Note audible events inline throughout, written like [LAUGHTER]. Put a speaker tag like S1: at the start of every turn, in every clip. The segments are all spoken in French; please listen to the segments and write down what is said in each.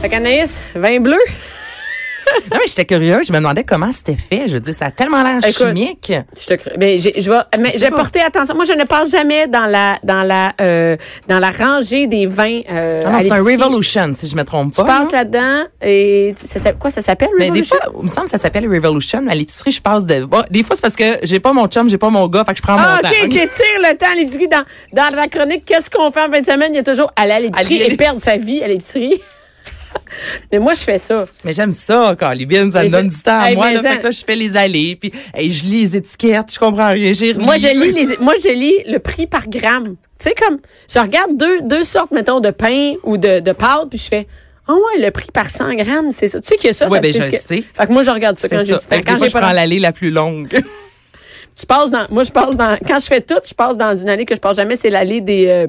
S1: Fait qu'Anaïs, vin bleu.
S2: Non, mais Ah j'étais curieuse. Je me demandais comment c'était fait. Je veux dire, ça a tellement l'air
S1: Écoute.
S2: chimique. Ah
S1: Je te cr- ben, j'ai- je vais, mais
S2: sais
S1: j'ai
S2: pas.
S1: porté attention. Moi, je ne passe jamais dans la, dans la, euh, dans la rangée des vins. Euh,
S2: Ah
S1: à
S2: non, c'est un
S1: l'épicerie.
S2: Revolution, si je me trompe pas.
S1: Tu passes
S2: là.
S1: là-dedans et ça, s'appelle- quoi ça s'appelle?
S2: Mais Ben, des
S1: Revolution?
S2: fois, il me semble que ça s'appelle Revolution, mais à l'épicerie, je passe de. Bon, des fois, c'est parce que j'ai pas mon chum, j'ai pas mon gars, fait que je prends
S1: Ah,
S2: mon
S1: OK,
S2: temps.
S1: OK, tire le temps à l'épicerie. Dans, dans la chronique, qu'est-ce qu'on fait en fin de semaine? Il y a toujours aller à l'épicerie
S2: Aller à l'é-
S1: et perdre sa vie à l'épicerie. [LAUGHS] mais moi, je fais ça.
S2: Mais j'aime ça, Colibine, ça
S1: Mais
S2: me
S1: je-
S2: donne du temps à
S1: Hey,
S2: moi.
S1: mais
S2: Là,
S1: ça-
S2: fait que là, je fais les allées, puis hey, je lis les étiquettes, je comprends rien, j'ai
S1: Moi, je lis les, moi, je lis le prix par gramme. Tu sais, comme, je regarde deux, deux sortes, mettons, de pain ou de, de pâte, puis je fais, ah ouais, le prix par 100 grammes, c'est ça. Tu sais qu'il y a ça,
S2: Ouais,
S1: ça
S2: ben,
S1: tu
S2: je
S1: ce
S2: le sais.
S1: Fait que moi, je regarde ça
S2: C'est
S1: quand j'ai
S2: ça.
S1: du temps.
S2: Fait que des
S1: Quand
S2: fois,
S1: j'ai
S2: je
S1: pas
S2: prends
S1: le-
S2: l'allée la plus longue.
S1: tu passes dans, moi, je passe dans, quand je fais tout, je passe dans une allée que je passe jamais, c'est l'allée des, euh,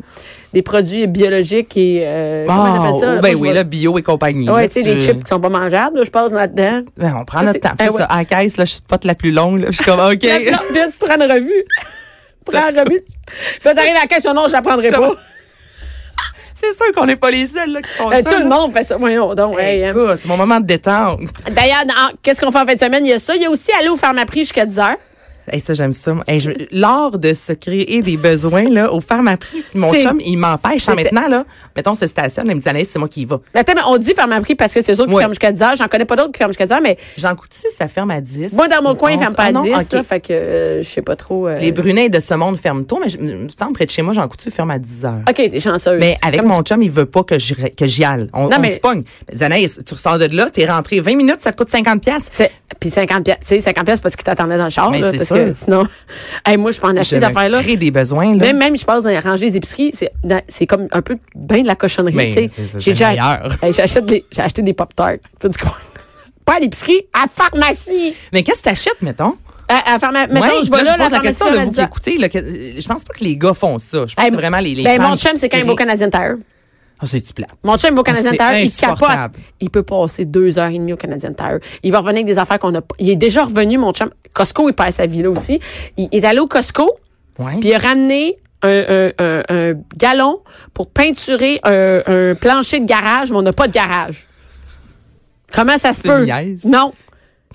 S1: des produits biologiques et, euh, [LAUGHS] comment on appelle ça?
S2: Ah,
S1: Moi,
S2: ben
S1: je
S2: oui, Euh,
S1: vois-
S2: là, bio et compagnie.
S1: Ouais,
S2: là,
S1: tu sais, des chips qui sont pas mangeables, là, je passe là-dedans.
S2: Ben, on prend
S1: Ça,
S2: notre
S1: c'est-
S2: temps. Puis
S1: Ah
S2: ça,
S1: ouais.
S2: à la caisse, là, je suis pas de la plus longue. Là.
S1: [LAUGHS]
S2: Je suis comme, OK.
S1: Là, là, viens, tu prends une
S2: [LAUGHS]
S1: revue. prends une revue. Là, t'arrives à la question, non, je la prendrai pas.
S2: C'est sûr qu'on n'est pas les seuls là, qui font
S1: Euh,
S2: ça.
S1: tout
S2: là. Eh,
S1: le monde fait ça. Voyons donc. hey, hein.
S2: Écoute, c'est mon moment de détente.
S1: D'ailleurs, dans- qu'est-ce qu'on fait en fin de semaine? Il y a ça. Il y a aussi aller au Pharmaprix jusqu'à 10 heures.
S2: Hey, ça, j'aime ça. Hey, je- L'art de se créer des besoins là, au pharmaprix. Mon
S1: C'est-
S2: chum, il m'empêche.
S1: c'est-
S2: Ah, Maintenant, là, mettons, se stationne. Il me dit, Anaïs, c'est moi qui y va.
S1: Mais attends, mais on dit Pharmaprix parce que c'est sûr qu'ils
S2: Ouais.
S1: ferment jusqu'à 10 heures. J'en connais pas d'autres qui ferment jusqu'à 10 heures, mais
S2: Jean Coutu, ça ferme à 10.
S1: moi, dans mon coin, ils
S2: ferme
S1: ferment pas à 10. là,
S2: Ah, OK.
S1: fait que euh, je sais pas trop. euh,
S2: Les brunets de ce monde ferment tôt, mais je- il me semble près de chez moi, Jean Coutu ferme à 10 heures.
S1: OK, t'es chanceuse.
S2: Mais avec
S1: Ah, Comme
S2: mon chum, il veut pas que j'y re- que j'y aille. On,
S1: Non,
S2: on
S1: mais-
S2: se pogne. Ben, Anaïs, tu ressors de là, t'es rentré 20 minutes, ça te coûte 50 pièces.
S1: C'est- Puis 50 piastres, tu sais, 50 piastres parce qu'ils t'attendaient dans le char,
S2: Mais
S1: là,
S2: c'est
S1: parce
S2: sûr.
S1: que sinon, [LAUGHS] Hey, moi, je peux en acheter ces affaires-là.
S2: créer des besoins. Là.
S1: Même, même, je passe dans les rangées des épiceries, c'est, dans- c'est comme un peu ben de la cochonnerie, tu
S2: Mais c'est-
S1: sais.
S2: c'est-
S1: J'ai
S2: c'est
S1: déjà,
S2: meilleur.
S1: Hey, j'achète des, j'ai acheté des Pop-Tarts. Fais du coin. [LAUGHS] Pas à l'épicerie, à la pharmacie.
S2: Mais qu'est-ce que t'achètes, mettons?
S1: À, à pharma- mettons,
S2: Ouais,
S1: je vais
S2: là,
S1: là,
S2: je pose la question
S1: pharmacie,
S2: de vous qui
S1: elle me dit-
S2: écoutez. là, que- euh, je pense pas que les gars font ça. Je pense
S1: Hey,
S2: que c'est vraiment les, les
S1: ben,
S2: femmes
S1: mon chum,
S2: qui
S1: c'est quand
S2: se
S1: même au
S2: créent.
S1: Canadien Tire.
S2: Ah, c'est du plat.
S1: Mon chum va au Canadien
S2: c'est
S1: Tire, il capote.
S2: insupportable.
S1: Il peut passer deux heures et demie au Canadien Tire. Il va revenir avec des affaires qu'on a pas. Il est déjà revenu, mon chum. Costco, il passe sa vie là aussi. Il est allé au Costco,
S2: Ouais.
S1: puis il a ramené un, un, un- un galon pour peinturer un, un plancher de garage, mais on n'a pas de garage. Comment ça se
S2: C'est
S1: peut?
S2: une niaise.
S1: Non.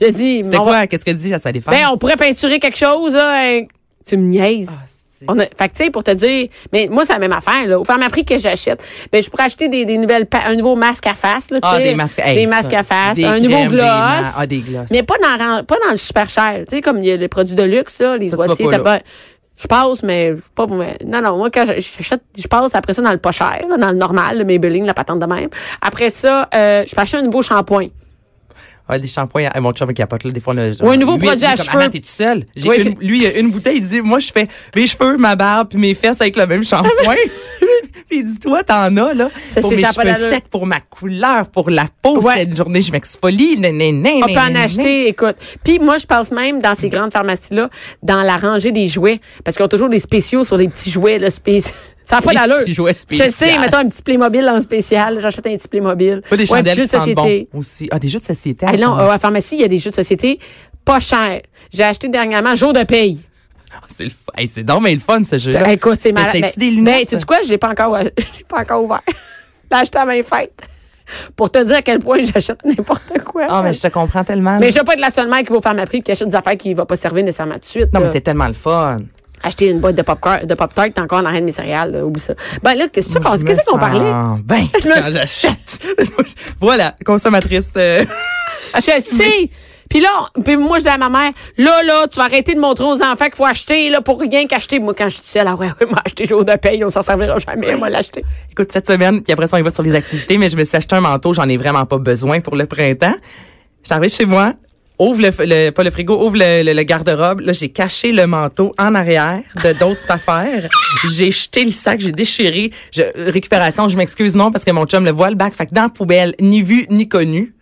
S1: J'ai dit,
S2: C'était
S1: on, va-
S2: quoi? Qu'est-ce que dit à sa défense?
S1: ben, on pourrait peinturer quelque chose, là. hein. Tu me niaises.
S2: Ah, c'est-
S1: On a, fait que, tu sais, pour te dire, mais moi, c'est la même affaire, là. Au prix que j'achète, ben, je pourrais acheter des, des nouvelles, pa- un nouveau masque à face, là, tu
S2: Ah,
S1: sais.
S2: des masques- hey,
S1: Des
S2: ça.
S1: masques à face,
S2: Des
S1: un
S2: crèmes,
S1: nouveau
S2: des
S1: gloss.
S2: ma- ah, des glosses.
S1: Mais pas dans, ran- pas dans le super cher, tu sais, comme il y a les produits de luxe, là, les
S2: Ça, tu vas
S1: oitiers,
S2: pas
S1: t'as
S2: là.
S1: pas- je passe, mais je- pas, mais- non, non, moi, quand je- j'achète, je passe après ça dans le pas cher, là, dans le normal, le Maybelline, la patente de même. Après ça, euh, je peux acheter un nouveau shampoing.
S2: Ah, des shampoings. Ah, mon chum il capote, là, des fois, on a.
S1: Ou un nouveau produit à cheveux.
S2: t'es tout seul. J'ai
S1: Oui,
S2: une-
S1: c'est-
S2: lui, il a une bouteille. Il dit, moi, je fais mes cheveux, ma barbe, puis mes fesses avec
S1: [LAUGHS]
S2: le même shampoing. puis il dit, toi, t'en as, là.
S1: Ça,
S2: pour
S1: c'est-
S2: mes
S1: ça a pas d'allure.
S2: cheveux secs, pour ma couleur, pour la peau.
S1: Ouais.
S2: Cette journée, je m'exfolie. Nan, nan, nan,
S1: On peut
S2: nan,
S1: en
S2: nan,
S1: acheter, écoute. Puis moi, je passe même dans ces grandes pharmacies-là, dans la rangée des jouets, parce qu'ils ont toujours des spéciaux sur les petits jouets, le spécial. [LAUGHS] Ça n'a pas
S2: Les
S1: d'allure.
S2: petits jouets
S1: Je sais,
S2: spécial.
S1: mettons un petit Playmobil en spécial. J'achète un petit Playmobil.
S2: Pas des
S1: Ouais, un petit
S2: chandelles
S1: jeu
S2: qui
S1: de
S2: sentent
S1: société.
S2: bon aussi. Ah, des jeux de société.
S1: Ah non,
S2: attends.
S1: euh, à la pharmacie, il y a des jeux de société pas chers. J'ai acheté dernièrement Jour de paye.
S2: Ah, c'est le fun. Hey, c'est donc mais le fun, ce jeu-là.
S1: Ben, écoute, c'est malade.
S2: T'essayes-tu des
S1: Ben,
S2: lunettes?
S1: tu sais quoi? Je l'ai pas encore, [LAUGHS] je l'ai pas encore ouvert. Je l'ai acheté à ma fête. Pour te dire à quel point j'achète n'importe quoi.
S2: Ah, mais je te comprends tellement.
S1: Mais
S2: là.
S1: je vais pas être la seule mère qui va faire ma prix et qui achète des affaires qui ne va pas servir nécessairement tout de suite.
S2: Non,
S1: là.
S2: mais c'est tellement le fun.
S1: Acheter une boîte de pop de pop tart t'es encore dans la de mes céréales, là, oublie ça. Ben là, qu'est-ce que tu
S2: Moi,
S1: penses?
S2: je
S1: Qu'est-ce
S2: me
S1: qu'on parlait?
S2: sens Ben,
S1: Je me-
S2: quand j'achète. [LAUGHS] voilà, consommatrice. euh,
S1: Ah, Je sais! Puis là, on- puis moi, je dis à ma mère, là, là, tu vas arrêter de montrer aux enfants qu'il faut acheter, là, pour rien qu'acheter. Moi, quand je suis seule, ah ouais, ouais, moi, acheter jour de paye, on s'en servira jamais, moi, l'acheter.
S2: Écoute, cette semaine, puis après ça, on y va sur les activités, mais je me suis acheté un manteau, j'en ai vraiment pas besoin pour le printemps. Je suis arrivée chez moi, ouvre le, f- le- pas le frigo, ouvre le, le- le garde-robe. Là, j'ai caché le manteau en arrière de d'autres affaires. J'ai jeté le sac, j'ai déchiré. Je, récupération, je m'excuse, non, parce que mon chum le voit le bac. Fait que dans la poubelle, ni vu, ni connu.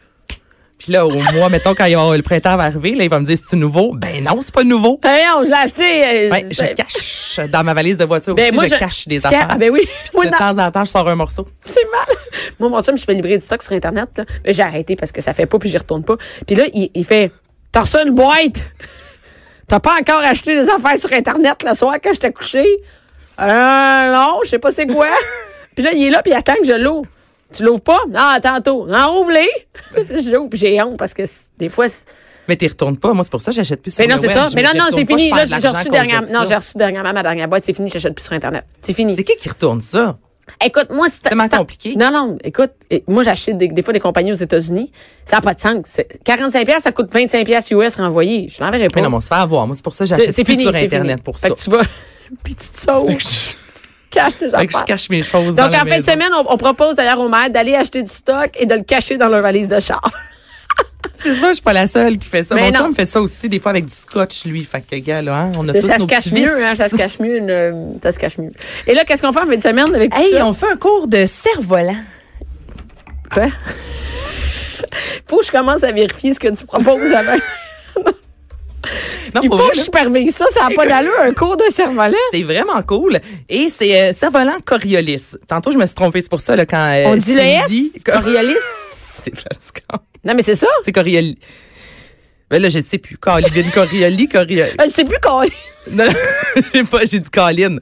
S2: Puis là, au mois, mettons, quand il va- le printemps va arriver, là, il va me dire, c'est nouveau? Ben non, c'est pas nouveau.
S1: Eh non, je l'ai acheté. euh,
S2: Ben, je
S1: c'est-
S2: cache dans ma valise de voiture
S1: Ben,
S2: aussi,
S1: moi,
S2: je, cache des
S1: je-
S2: affaires.
S1: Ah, ben oui. Moi,
S2: de
S1: non,
S2: temps en temps, je sors un morceau.
S1: [LAUGHS] c'est mal. Moi, mon chum, je fais livrer du stock sur Internet, là. Mais j'ai arrêté parce que ça fait pas, puis j'y retourne pas. Puis là, il, il fait, t'as reçu une boîte? [LAUGHS] T'as pas encore acheté des affaires sur Internet le soir quand
S2: [LAUGHS]
S1: j'étais couché? Euh, non, je sais pas c'est quoi. puis là, il est là, puis il attend que je l'ouvre. Tu l'ouvres pas? Ah, tantôt. Ah, ouvre-les. [LAUGHS] J'ouvre, puis j'ai honte parce que c- des fois. c'est-
S2: Mais t'y retournes pas. Moi, c'est pour ça que j'achète plus sur
S1: Mais non,
S2: le
S1: c'est
S2: web.
S1: ça.
S2: Je-
S1: Mais non,
S2: j'y
S1: non,
S2: retourne
S1: c'est
S2: pas, je
S1: fini.
S2: perds
S1: Là,
S2: de
S1: j'ai
S2: l'argent
S1: reçu
S2: à cause
S1: dernièrement.
S2: de
S1: Non,
S2: ça.
S1: j'ai reçu dernièrement ma dernière boîte. C'est fini, j'achète plus sur Internet. C'est fini.
S2: C'est qui qui retourne ça?
S1: Écoute, moi, c'est
S2: tellement
S1: c'est un-
S2: compliqué.
S1: Non, non, écoute, eh, moi, j'achète des, des fois des compagnies aux États-Unis. Ça n'a pas de sens. C'est- 45$, ça coûte 25$ US renvoyé. Je l'enverrai pas.
S2: Mais non, mais on se fait avoir. Moi, Oh. c'est pour ça que
S1: C'est- c'est
S2: j'achète plus
S1: fini.
S2: sur
S1: c'est
S2: Internet
S1: fini.
S2: pour
S1: Fait
S2: ça.
S1: que tu vas, [LAUGHS] puis tu te sauves,
S2: Fait
S1: tu
S2: que je-
S1: caches tes
S2: [LAUGHS] fait que je
S1: affaires.
S2: cache mes choses dans
S1: Donc,
S2: la
S1: en fin de
S2: maison.
S1: semaine, on, on propose d'ailleurs aux maîtres d'aller acheter du stock et de le cacher dans leur valise de char.
S2: C'est ça, je suis pas la seule qui fait ça.
S1: Mais
S2: Mon
S1: non.
S2: chum fait ça aussi, des fois, avec du scotch, lui. Fait que, gars, là, hein, on a
S1: Ça,
S2: tous
S1: ça se
S2: nos
S1: cache
S2: petits
S1: mieux,
S2: vices.
S1: hein, ça se cache mieux. une, euh, ça se cache mieux. Et là, qu'est-ce qu'on fait en fin de semaine avec tout
S2: Hey,
S1: ça?
S2: on fait un cours de cerf-volant.
S1: Quoi? Hein? [LAUGHS] Faut que je commence à vérifier ce que tu proposes avant.
S2: Non,
S1: Il
S2: pour
S1: faut
S2: vrai,
S1: que
S2: là,
S1: je permets ça, ça n'a pas d'allure, un cours de cerf-volant.
S2: c'est vraiment cool. Et c'est euh, cerf-volant Coriolis. Tantôt, je me suis trompée, c'est pour ça, là, quand. euh,
S1: On dit le
S2: Cindy-
S1: S,
S2: Cor-
S1: Coriolis.
S2: [LAUGHS] C'est fatigant.
S1: Non, mais c'est ça.
S2: C'est Coriolis. Ben là, je sais plus. Caroline Corioli, Coriolis.
S1: [LAUGHS] Elle sait plus qu'on...
S2: Non, [LAUGHS] j'ai pas, j'ai dit Colin.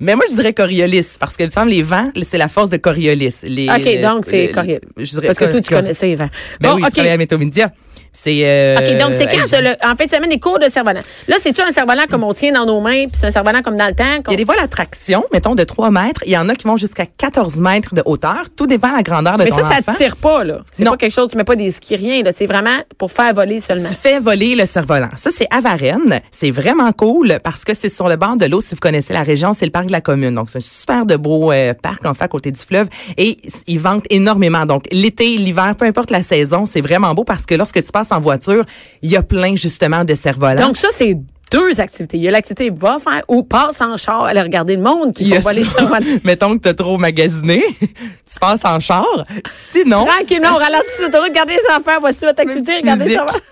S2: Mais moi, je dirais Coriolis, parce que, il me semble, les vents, c'est la force de Coriolis. Les,
S1: OK,
S2: le-
S1: donc c'est
S2: le-
S1: Coriolis.
S2: Je dirais
S1: Parce que
S2: Cor-
S1: toi, tu
S2: Cor-
S1: connais ça, Yvan.
S2: Ben
S1: Bon,
S2: oui, je
S1: OK.
S2: travaille à Météo Média. C'est, euh,
S1: OK, donc c'est quand,
S2: euh,
S1: ça, le- en fin de semaine, les cours de cerf-volant? Là, c'est-tu un cerf-volant comme on tient dans nos mains, puis c'est un cerf-volant comme dans le temps?
S2: Il
S1: qu'on-
S2: y a des voiles à traction, mettons, de 3 mètres. Il y en a qui vont jusqu'à 14 mètres de hauteur. Tout dépend de la grandeur de
S1: Mais
S2: ton
S1: ça, ça
S2: enfant.
S1: ne tire pas, là. C'est
S2: Non.
S1: pas quelque chose, tu mets pas des skis, rien, là. C'est vraiment pour faire voler seulement.
S2: Tu fais voler le cerf-volant. Ça, c'est à Varennes. C'est vraiment cool parce que c'est sur le bord de l'eau. Si vous connaissez la région, c'est le parc de la commune. Donc, c'est un super de beau euh, parc, en fait, à côté du fleuve. Et s- ils vendent énormément. Donc, l'été, l'hiver, peu importe la saison, c'est vraiment beau parce que lorsque tu passes en voiture, il y a plein, justement, de cerfs-volants.
S1: Donc, ça, c'est deux activités. Il y a l'activité va faire ou passe en char, aller regarder le monde qui
S2: Il y
S1: va
S2: a
S1: voler le
S2: ça. [LAUGHS]
S1: cerf-volant.
S2: Mettons que t'as trop magasiné. [LAUGHS] tu passes en char. Sinon,
S1: Tranquillement, on ralentit sur l'autoroute, regardez les enfants, voici votre activité,
S2: petite
S1: regardez ça.
S2: musique.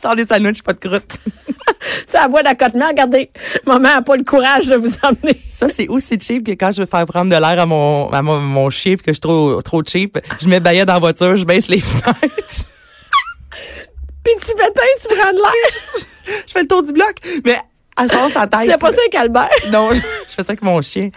S2: sors des sandwichs, pas de croûte.
S1: Ça voie d'accotement, regardez. Maman n'a pas le courage de vous emmener. [LAUGHS]
S2: Ça, c'est aussi cheap que quand je veux faire prendre de l'air à mon, à mon, mon chien puis que je suis trop, trop cheap. Je mets baillet dans la voiture, je baisse les [LAUGHS] fenêtres.
S1: Puis tu pétais, tu prends de l'air.
S2: [LAUGHS] je fais le tour du bloc. Mais à sort sa tête.
S1: C'est pas ça qu'Albert.
S2: Non, je fais ça avec mon chien.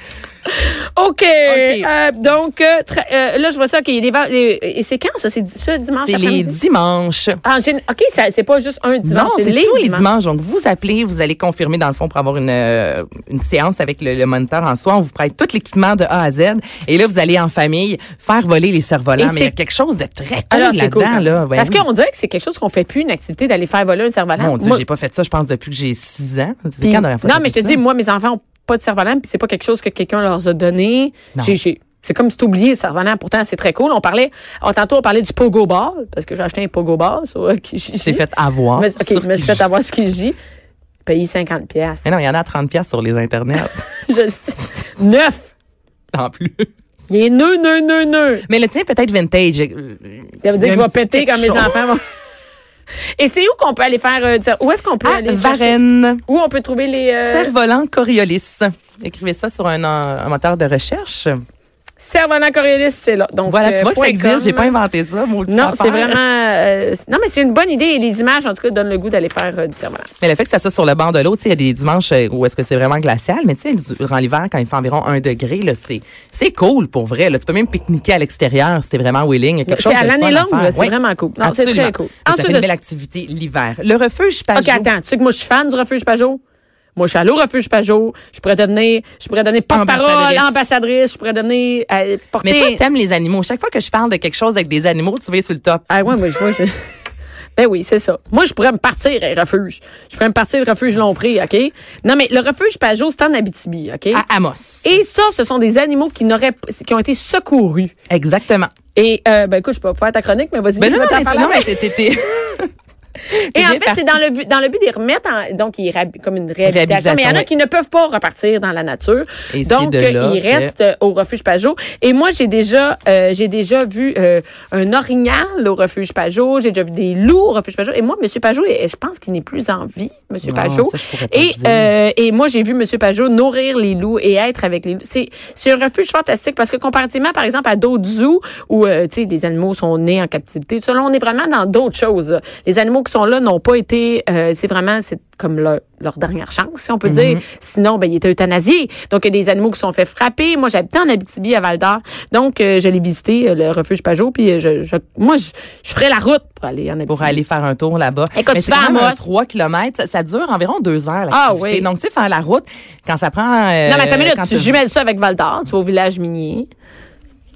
S1: OK.
S2: [LAUGHS] OK.
S1: Euh, donc, euh, tra- euh, là, je vois ça. OK, il y a des va- les- Et c'est quand, ça? C'est di- ça, dimanche
S2: C'est les
S1: après-midi? Ah,
S2: dimanches.
S1: En gén- OK, ça- c'est pas juste un dimanche,
S2: non, c'est tous
S1: les
S2: les
S1: dimanches.
S2: dimanches. Donc, vous appelez, vous allez confirmer, dans le fond, pour avoir une, euh, une séance avec le, le moniteur en soi. On vous prête tout l'équipement de A à Z. Et là, vous allez en famille faire voler les
S1: Et
S2: cerfs-volants. Mais il y a
S1: c'est-
S2: quelque chose de très cool
S1: Alors,
S2: là-dedans.
S1: c'est cool. hein.
S2: là. Ouais.
S1: Parce qu'on dirait que c'est quelque chose qu'on fait plus, une activité d'aller faire voler un cerf-volant.
S2: Mon Dieu,
S1: Moi,
S2: j'ai pas fait ça, je pense, depuis que j'ai 6 ans. C'est
S1: puis-
S2: quand la dernière fois que
S1: Non,
S2: j'ai
S1: mais je te
S2: fait
S1: dis,
S2: ça?
S1: moi, mes enfants ont pas de cerf-volant, puis c'est pas quelque chose que quelqu'un leur a donné.
S2: Non.
S1: J'ai- j'ai- C'est comme si tu oubliais le cerf-volant. Pourtant, c'est très cool. On parlait, on, tantôt, on parlait du pogo ball, parce que j'ai acheté un pogo ball sur euh, Kijiji.
S2: Je t'ai fait avoir.
S1: Mais- OK,
S2: sur
S1: je me suis
S2: Kijiji.
S1: fait avoir ce Kijiji. Payer 50 pièces.
S2: Mais Eh non, il y en a à 30 pièces sur les internets
S1: [LAUGHS]
S2: [LAUGHS]
S1: Je le sais. Neuf!
S2: en plus.
S1: Il est nœud, nœud, nœud, nœud.
S2: Mais le tien peut être vintage. Euh,
S1: Ça veut dire
S2: Il y a
S1: qu'il
S2: un
S1: va
S2: petit
S1: péter
S2: quelque
S1: quand mes
S2: chose.
S1: enfants vont. Et c'est où qu'on peut aller faire euh, du cer- Où est-ce qu'on peut
S2: À
S1: aller chercher-
S2: Ah, Varennes,
S1: Où on peut trouver les euh,
S2: cerf-volant Coriolis. Écrivez ça sur un, euh, un moteur de recherche.
S1: Servana Coriolis, c'est là. Donc
S2: Voilà,
S1: euh,
S2: tu vois que ça
S1: point
S2: existe,
S1: com.
S2: j'ai pas inventé ça, maudite
S1: Non, c'est
S2: affaire.
S1: vraiment euh, c'est- Non, mais c'est une bonne idée et les images en tout cas donnent le goût d'aller faire euh, du cerf-volant.
S2: Mais le fait que ça soit sur le banc de l'eau, tu sais, il y a des dimanches euh, où est-ce que c'est vraiment glacial, mais tu sais, durant l'hiver, quand il fait environ un degré, là, c'est, c'est cool pour vrai, là. Tu peux même pique-niquer à l'extérieur si t'es vraiment willing. Il y a quelque
S1: C'est
S2: chose
S1: à
S2: de
S1: l'année
S2: fun
S1: longue,
S2: faire.
S1: là, c'est
S2: Oui,
S1: vraiment cool. Non, c'est
S2: absolument.
S1: très cool.
S2: Et Ça
S1: Ensuite,
S2: fait
S1: le-
S2: une belle activité l'hiver. Le refuge Pajot.
S1: OK, attends, tu sais que moi je suis fan du refuge Pajot. Moi, je suis allée au refuge Pajot. Je pourrais devenir, je pourrais devenir porte-parole,
S2: Ambassadrice.
S1: ambassadrice. Je pourrais devenir euh, porter.
S2: Mais toi, t'aimes les animaux. Chaque fois que je parle de quelque chose avec des animaux, tu vas sur le top.
S1: Ah ouais, moi je vois. Je... [LAUGHS] Ben oui, c'est ça. Moi, je pourrais me partir à un refuge. Je pourrais me partir au refuge Lompré, OK? Non, mais le refuge Pajot, c'est en Abitibi, OK?
S2: À Amos.
S1: Et ça, ce sont des animaux qui n'auraient p- qui ont été secourus.
S2: Exactement.
S1: Et euh, ben écoute, je peux pas faire ta chronique, mais vas-y,
S2: Ben
S1: je
S2: non,
S1: vais
S2: non,
S1: t'en
S2: mais,
S1: parler
S2: non, mais
S1: après.
S2: t'es, t'es, t'es-
S1: Et en
S2: bien
S1: fait, c'est dans le, vu- dans le but d'y remettre, en- donc ils réhab- comme une réhabilitation.
S2: Réhabilitation,
S1: Mais il y en a
S2: ouais.
S1: qui ne peuvent pas repartir dans la nature,
S2: Et c'est
S1: donc
S2: de là
S1: euh, ils
S2: que-
S1: restent euh, au refuge Pajot. Et moi, j'ai déjà, euh, j'ai déjà vu euh, un orignal au refuge Pajot. J'ai déjà vu des loups au refuge Pajot. Et moi, Monsieur Pajot, il- je pense qu'il n'est plus en vie, Monsieur
S2: Non,
S1: Pajot.
S2: Ah, ça, je pourrais pas
S1: et
S2: dire.
S1: euh, et moi, j'ai vu Monsieur Pajot nourrir les loups et être avec les loups. C'est c'est un refuge fantastique parce que comparativement, par exemple, à d'autres zoos où euh, tu sais les animaux sont nés en captivité, tout ça, là, on est vraiment dans d'autres choses. Les animaux qui qui sont là n'ont pas été, euh, c'est vraiment, c'est comme leur, leur dernière chance, si on peut
S2: Mhm.
S1: dire. Sinon, ben, ils étaient euthanasiés. Donc, il y a des animaux qui se sont fait frapper. Moi, j'habitais en Abitibi, à Val-d'Or. Donc, euh, je l'ai visité, euh, le refuge Pajot, puis euh, je, je- moi, je, je ferais la route pour aller en Abitibi.
S2: pour aller faire un tour là-bas.
S1: Et quand
S2: Mais
S1: tu
S2: c'est
S1: vas à
S2: quand même un
S1: Amos-
S2: 3 km, ça, ça dure environ deux heures l'activité.
S1: Ah oui.
S2: Donc, tu sais, faire la route, quand ça prend... euh,
S1: non, mais attends, une minute,
S2: quand
S1: tu
S2: t'as-
S1: jumelles ça avec Val d'Or, tu vas au village minier.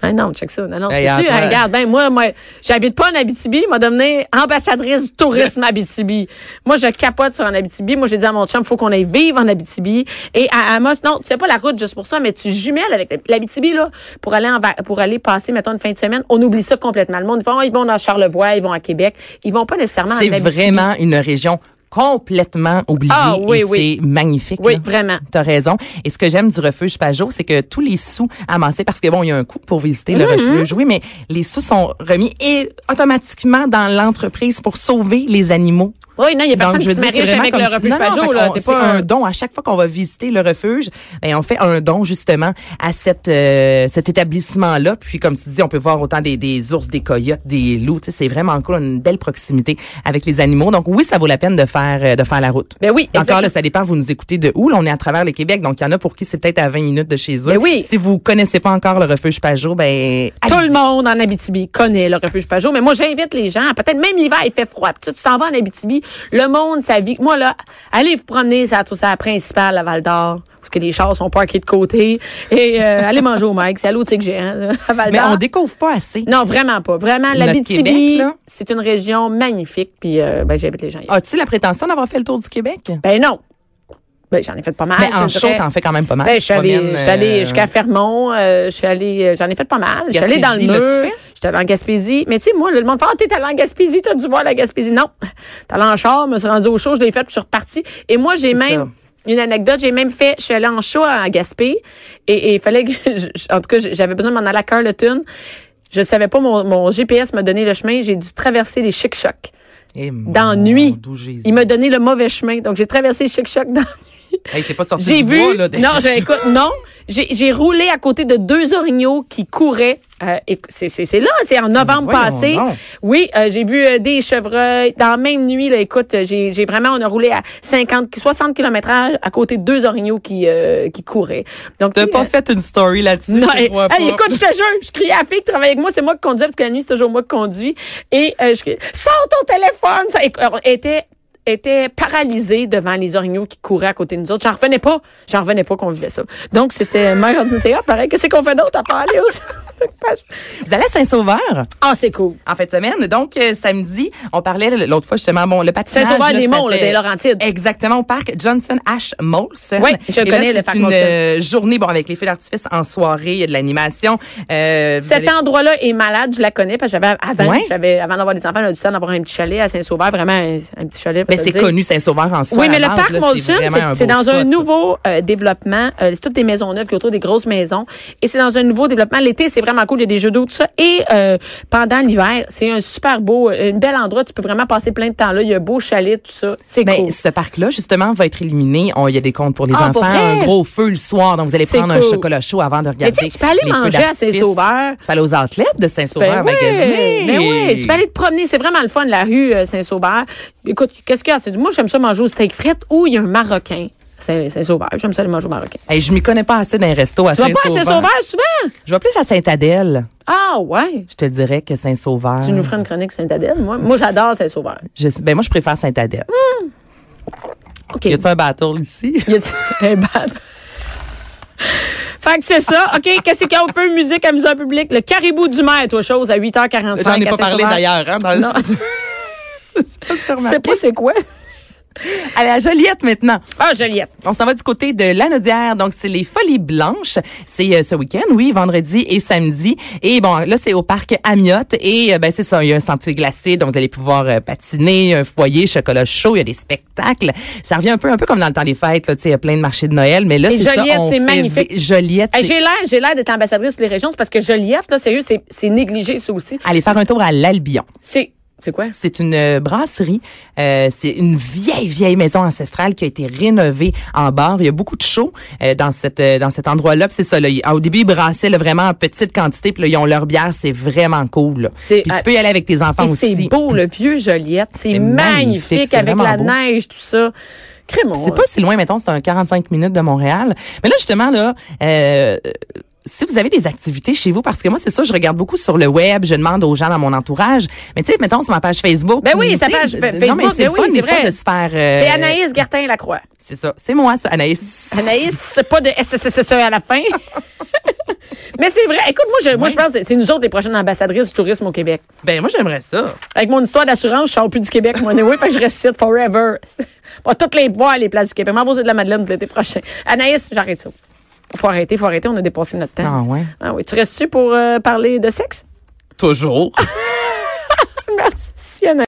S1: Ah non, check ça. Non, non,
S2: Hey,
S1: c'est-tu?
S2: attends.
S1: Hey, regarde, hein, moi, moi, j'habite pas en Abitibi, m'a devenu ambassadrice du tourisme Abitibi. Moi, je capote sur en Abitibi. Moi, j'ai dit à mon chum, faut qu'on aille vivre en Abitibi. Et à Amos, non, tu sais pas la route juste pour ça, mais tu jumelles avec l'Abitibi, là, pour aller en va- pour aller passer, mettons, une fin de semaine. On oublie ça complètement. Le monde, ils vont, oh, ils vont dans Charlevoix, ils vont à Québec. Ils vont pas nécessairement en
S2: C'est
S1: Abitibi.
S2: vraiment une région complètement oubliée
S1: Ah, oui,
S2: et
S1: oui.
S2: c'est magnifique.
S1: Oui,
S2: là.
S1: vraiment.
S2: T'as raison. Et ce que j'aime du refuge Pajot, c'est que tous les sous amassés, parce que bon, il y a un coût pour visiter le
S1: Mm-hmm.
S2: refuge, oui, mais les sous sont remis et automatiquement dans l'entreprise pour sauver les animaux.
S1: Oui, non, il y a personne qui se marie avec le
S2: si-
S1: refuge
S2: non, non,
S1: Pajot,
S2: fait
S1: là.
S2: qu'on-
S1: C'est
S2: c'est
S1: pas
S2: un don. À chaque fois qu'on va visiter le refuge, ben, on fait un don justement à cette, euh, cet établissement-là. Puis comme tu dis, on peut voir autant des, des ours, des coyotes, des loups. Tu sais, c'est vraiment cool, une belle proximité avec les animaux. Donc oui, ça vaut la peine de faire euh, de faire la route.
S1: Ben oui,
S2: Encore
S1: exactement.
S2: là, ça dépend. Vous nous écoutez de où Là, on est à travers le Québec, donc il y en a pour qui c'est peut-être à 20 minutes de chez eux.
S1: Ben oui.
S2: Si vous connaissez pas encore le refuge Pajot, ben
S1: Tout
S2: allez-y.
S1: le monde en Abitibi connaît le refuge Pajot, mais moi j'invite les gens, peut-être même l'hiver il fait froid, puis tu tu t'en vas en Abitibi, le monde ça vit. Moi là, allez vous promener ça tout ça la principale à Val d'Or parce que les chars sont parkés de côté et euh, allez manger au Mike, c'est à l'autre que j'ai hein, à Val
S2: Mais on
S1: d'Or.
S2: découvre pas assez.
S1: Non, vraiment pas. Vraiment
S2: Québec,
S1: l'Abitibi,
S2: là.
S1: c'est une région magnifique puis euh, ben j'invite les gens. à y aller.
S2: As-tu la prétention d'avoir fait le tour du Québec
S1: Ben non. Ben j'en ai fait pas mal.
S2: Ah. Mais en
S1: je
S2: show,
S1: dirais.
S2: t'en fais quand même pas mal.
S1: Ben,
S2: Hein, Tu
S1: je suis allée,
S2: promènes,
S1: je suis allée
S2: euh,
S1: jusqu'à Fermont, euh, je suis allée, euh, j'en ai fait pas mal. Je suis allée dans le
S2: Gaspésie, l'as-tu
S1: mur.
S2: fait?
S1: J'étais allée en Gaspésie. Mais tu sais, moi, le monde fait, ah, t'es allée en Gaspésie, t'as dû voir la Gaspésie. Non. [LAUGHS] T'es allée en char, me suis rendue au show, je l'ai fait, puis je suis repartie. Et moi, j'ai même, une anecdote, j'ai même fait, je suis allée en show à Gaspé, et et il fallait que, [LAUGHS] je- je- en tout cas, j'avais besoin de m'en aller à Carleton. Je savais pas, mon, mon GPS m'a donné le chemin, j'ai dû traverser les chic-chocs
S2: Eh, mon
S1: dans nuit.
S2: doux Jésus.
S1: Il m'a donné le mauvais chemin, donc j'ai traversé chic-choc dans nuit.
S2: Hey, t'es pas sorti
S1: J'ai
S2: du
S1: vu.
S2: bois, là. des- [LAUGHS]
S1: non, je- écoute, non. J'ai j'ai roulé à côté de deux orignaux qui couraient. Euh, éc- c'est- c'est c'est là, c'est en novembre
S2: voyons
S1: passé.
S2: donc.
S1: Oui, euh, j'ai vu euh, des chevreuils. Dans la même nuit, là, écoute, euh, j'ai j'ai vraiment, on a roulé à 50, 60 km h à côté de deux orignaux qui, euh, qui couraient. Donc,
S2: T'as
S1: tu sais,
S2: pas
S1: euh,
S2: fait une story là-dessus,
S1: non,
S2: je te
S1: hey,
S2: crois
S1: hey,
S2: pas.
S1: écoute, je te jure, je crie à la fille qui travaille avec moi, c'est moi qui conduis, parce que la nuit, c'est toujours moi qui conduis. Et euh, je crie, sors ton téléphone! Ça, éc- alors, elle était, était paralysée devant les orignaux qui couraient à côté de nous autres. J'en revenais pas, j'en revenais pas qu'on vivait ça. Donc, c'était, mère, on disait, ah, pareil, qu'est-ce qu'on fait d'autre à part aller aux...
S2: Vous allez à Saint-Sauveur
S1: Ah, c'est cool.
S2: en fin de semaine. Donc, euh, samedi, on parlait l- l'autre fois justement, bon, le patinage.
S1: Saint-Sauveur
S2: là,
S1: des
S2: ça
S1: Monts, là,
S2: fait-
S1: des Laurentides.
S2: Exactement, au parc Johnson H. Molson.
S1: Oui, je
S2: Et là,
S1: connais le
S2: c'est
S1: parc
S2: une
S1: Molson.
S2: euh, journée, bon, avec les feux d'artifice en soirée, il y a de l'animation. Euh, vous
S1: Cet
S2: allez-
S1: endroit-là est malade, je la connais, parce que j'avais, avant,
S2: Ouais.
S1: j'avais, avant d'avoir des enfants, j'avais du temps d'avoir un petit chalet à Saint-Sauveur, vraiment un, un petit chalet. faut
S2: Ben,
S1: se
S2: c'est
S1: dire.
S2: connu, Saint-Sauveur en soi.
S1: Oui,
S2: à
S1: mais le
S2: la base,
S1: parc
S2: là,
S1: Molson,
S2: vraiment
S1: c'est- c'est
S2: beau
S1: dans un
S2: spot.
S1: nouveau euh, développement. Euh, c'est toutes des maisons neuves qui sont autour des grosses maisons. Et c'est dans un nouveau développement. L'été, c'est vraiment cool. Il y a des jeux d'eau, tout ça. Et euh, pendant l'hiver, c'est un super beau, euh, un bel endroit. Tu peux vraiment passer plein de temps là. Il y a un beau chalet, tout ça. C'est
S2: Ben,
S1: cool.
S2: ce parc-là, justement, va être éliminé. On- Il y a des comptes pour les
S1: Ah,
S2: enfants,
S1: pour
S2: un
S1: vrai?
S2: gros feu le soir. Donc, vous allez
S1: C'est
S2: prendre un
S1: cool.
S2: chocolat chaud avant de regarder.
S1: tu sais, tu peux aller
S2: les feux
S1: manger à
S2: d'artifice.
S1: Saint-Sauveur.
S2: Tu peux aller aux athlètes de Saint-Sauveur
S1: Ben ouais,
S2: magasiner.
S1: ben ouais, tu peux aller te promener, c'est vraiment le fun la rue euh, Saint-Sauveur. Écoute, qu'est-ce qu'il y a C'est- Moi, j'aime ça manger au steak frites ou il y a un marocain Saint- Saint-Sauveur. J'aime ça aller manger au marocain.
S2: Hey, je m'y connais pas assez d'un resto à
S1: Tu vas
S2: Saint-Sauveur.
S1: pas à Saint-Sauveur souvent
S2: Je vais plus à Sainte-Adèle.
S1: Ah ouais.
S2: Je te dirais que Saint-Sauveur.
S1: Tu nous feras une chronique Saint-Adèle, moi. Moi, j'adore Saint-Sauveur.
S2: Je- ben, moi, je préfère Sainte-Adèle.
S1: OK.
S2: Y a-tu un battle ici?
S1: Y a-t-il [LAUGHS] un bad? Fait que c'est ça. OK, qu'est-ce qu'il y a? On peut musique, amusant public. Le caribou du maire, toi, chose, à 8h45.
S2: J'en ai
S1: à
S2: pas parlé
S1: Saint-Sauveur.
S2: d'ailleurs, hein, dans- [LAUGHS]
S1: Non.
S2: Je sais
S1: Je
S2: pas si t'as
S1: sais
S2: remarqué.
S1: pas c'est quoi.
S2: Allez, à Joliette maintenant.
S1: Ah, Joliette.
S2: On s'en va du côté de Lanaudière. Donc, c'est les Folies Blanches. C'est euh, ce week-end, oui, vendredi et samedi. Et bon, là, c'est au parc Amiotte. Et euh, ben, c'est ça, il y a un sentier glacé. Donc, vous allez pouvoir euh, patiner, un foyer, chocolat chaud. Il y a des spectacles. Ça revient un peu, un peu comme dans le temps des fêtes. Là, tu sais, il y a plein de marchés de Noël. Mais là,
S1: Et
S2: c'est ça.
S1: Joliette,
S2: on
S1: c'est
S2: fait
S1: magnifique.
S2: vi- Joliette.
S1: Hey,
S2: c'est-
S1: j'ai l'air, j'ai l'air d'être ambassadrice des régions. C'est parce que Joliette, là, sérieux, c'est, c'est négligé, ça aussi.
S2: Allez faire un tour à l'Albion.
S1: C'est, C'est quoi?
S2: C'est une euh, brasserie. Euh, c'est une vieille, vieille maison ancestrale qui a été rénovée en bar. Il y a beaucoup de shows euh, dans cette euh, dans cet endroit-là. Puis C'est ça. Là, il- au début, ils brassaient là, vraiment en petite quantité. Puis là, ils ont leur bière. C'est vraiment cool. là.
S1: C'est- ah,
S2: Puis tu peux y aller avec tes enfants
S1: Et
S2: aussi.
S1: c'est beau, le vieux Joliette. C'est
S2: C'est
S1: magnifique,
S2: magnifique, c'est
S1: avec la
S2: vraiment beau.
S1: neige, tout ça. hein. Crémon.
S2: C'est pas si loin, mettons, c'est un 45 minutes de Montréal. Mais là, justement, là, euh, si vous avez des activités chez vous, parce que moi, c'est ça, je regarde beaucoup sur le web, je demande aux gens dans mon entourage. Mais tu sais, mettons, sur ma page Facebook.
S1: Ben oui,
S2: tu
S1: sa
S2: sais,
S1: page
S2: de-
S1: fa-
S2: de-
S1: Facebook,
S2: Non, mais c'est
S1: ben
S2: le
S1: oui,
S2: fun,
S1: c'est
S2: des fois,
S1: vrai.
S2: de se faire... euh,
S1: C'est Anaïs Gertin-Lacroix.
S2: C'est ça. C'est moi, ça, Anaïs.
S1: Anaïs, c'est pas de SSSSE à la fin. Mais c'est vrai. Écoute, moi, je, moi, je pense que c'est nous autres les prochaines ambassadrices du tourisme au Québec.
S2: Ben, moi, j'aimerais ça.
S1: Avec mon histoire d'assurance, je sors plus du Québec, moi, anyway, fait que je resite forever. Pas toutes les voir les places du Québec. M'envoyer de la Madeleine tout l'été prochain. Anaïs, j'arrête ça. Faut arrêter, faut arrêter, on a dépassé notre temps.
S2: Ah ouais.
S1: Ah oui. Tu restes-tu pour euh, parler de sexe?
S2: Toujours.
S1: Si, Anaïs.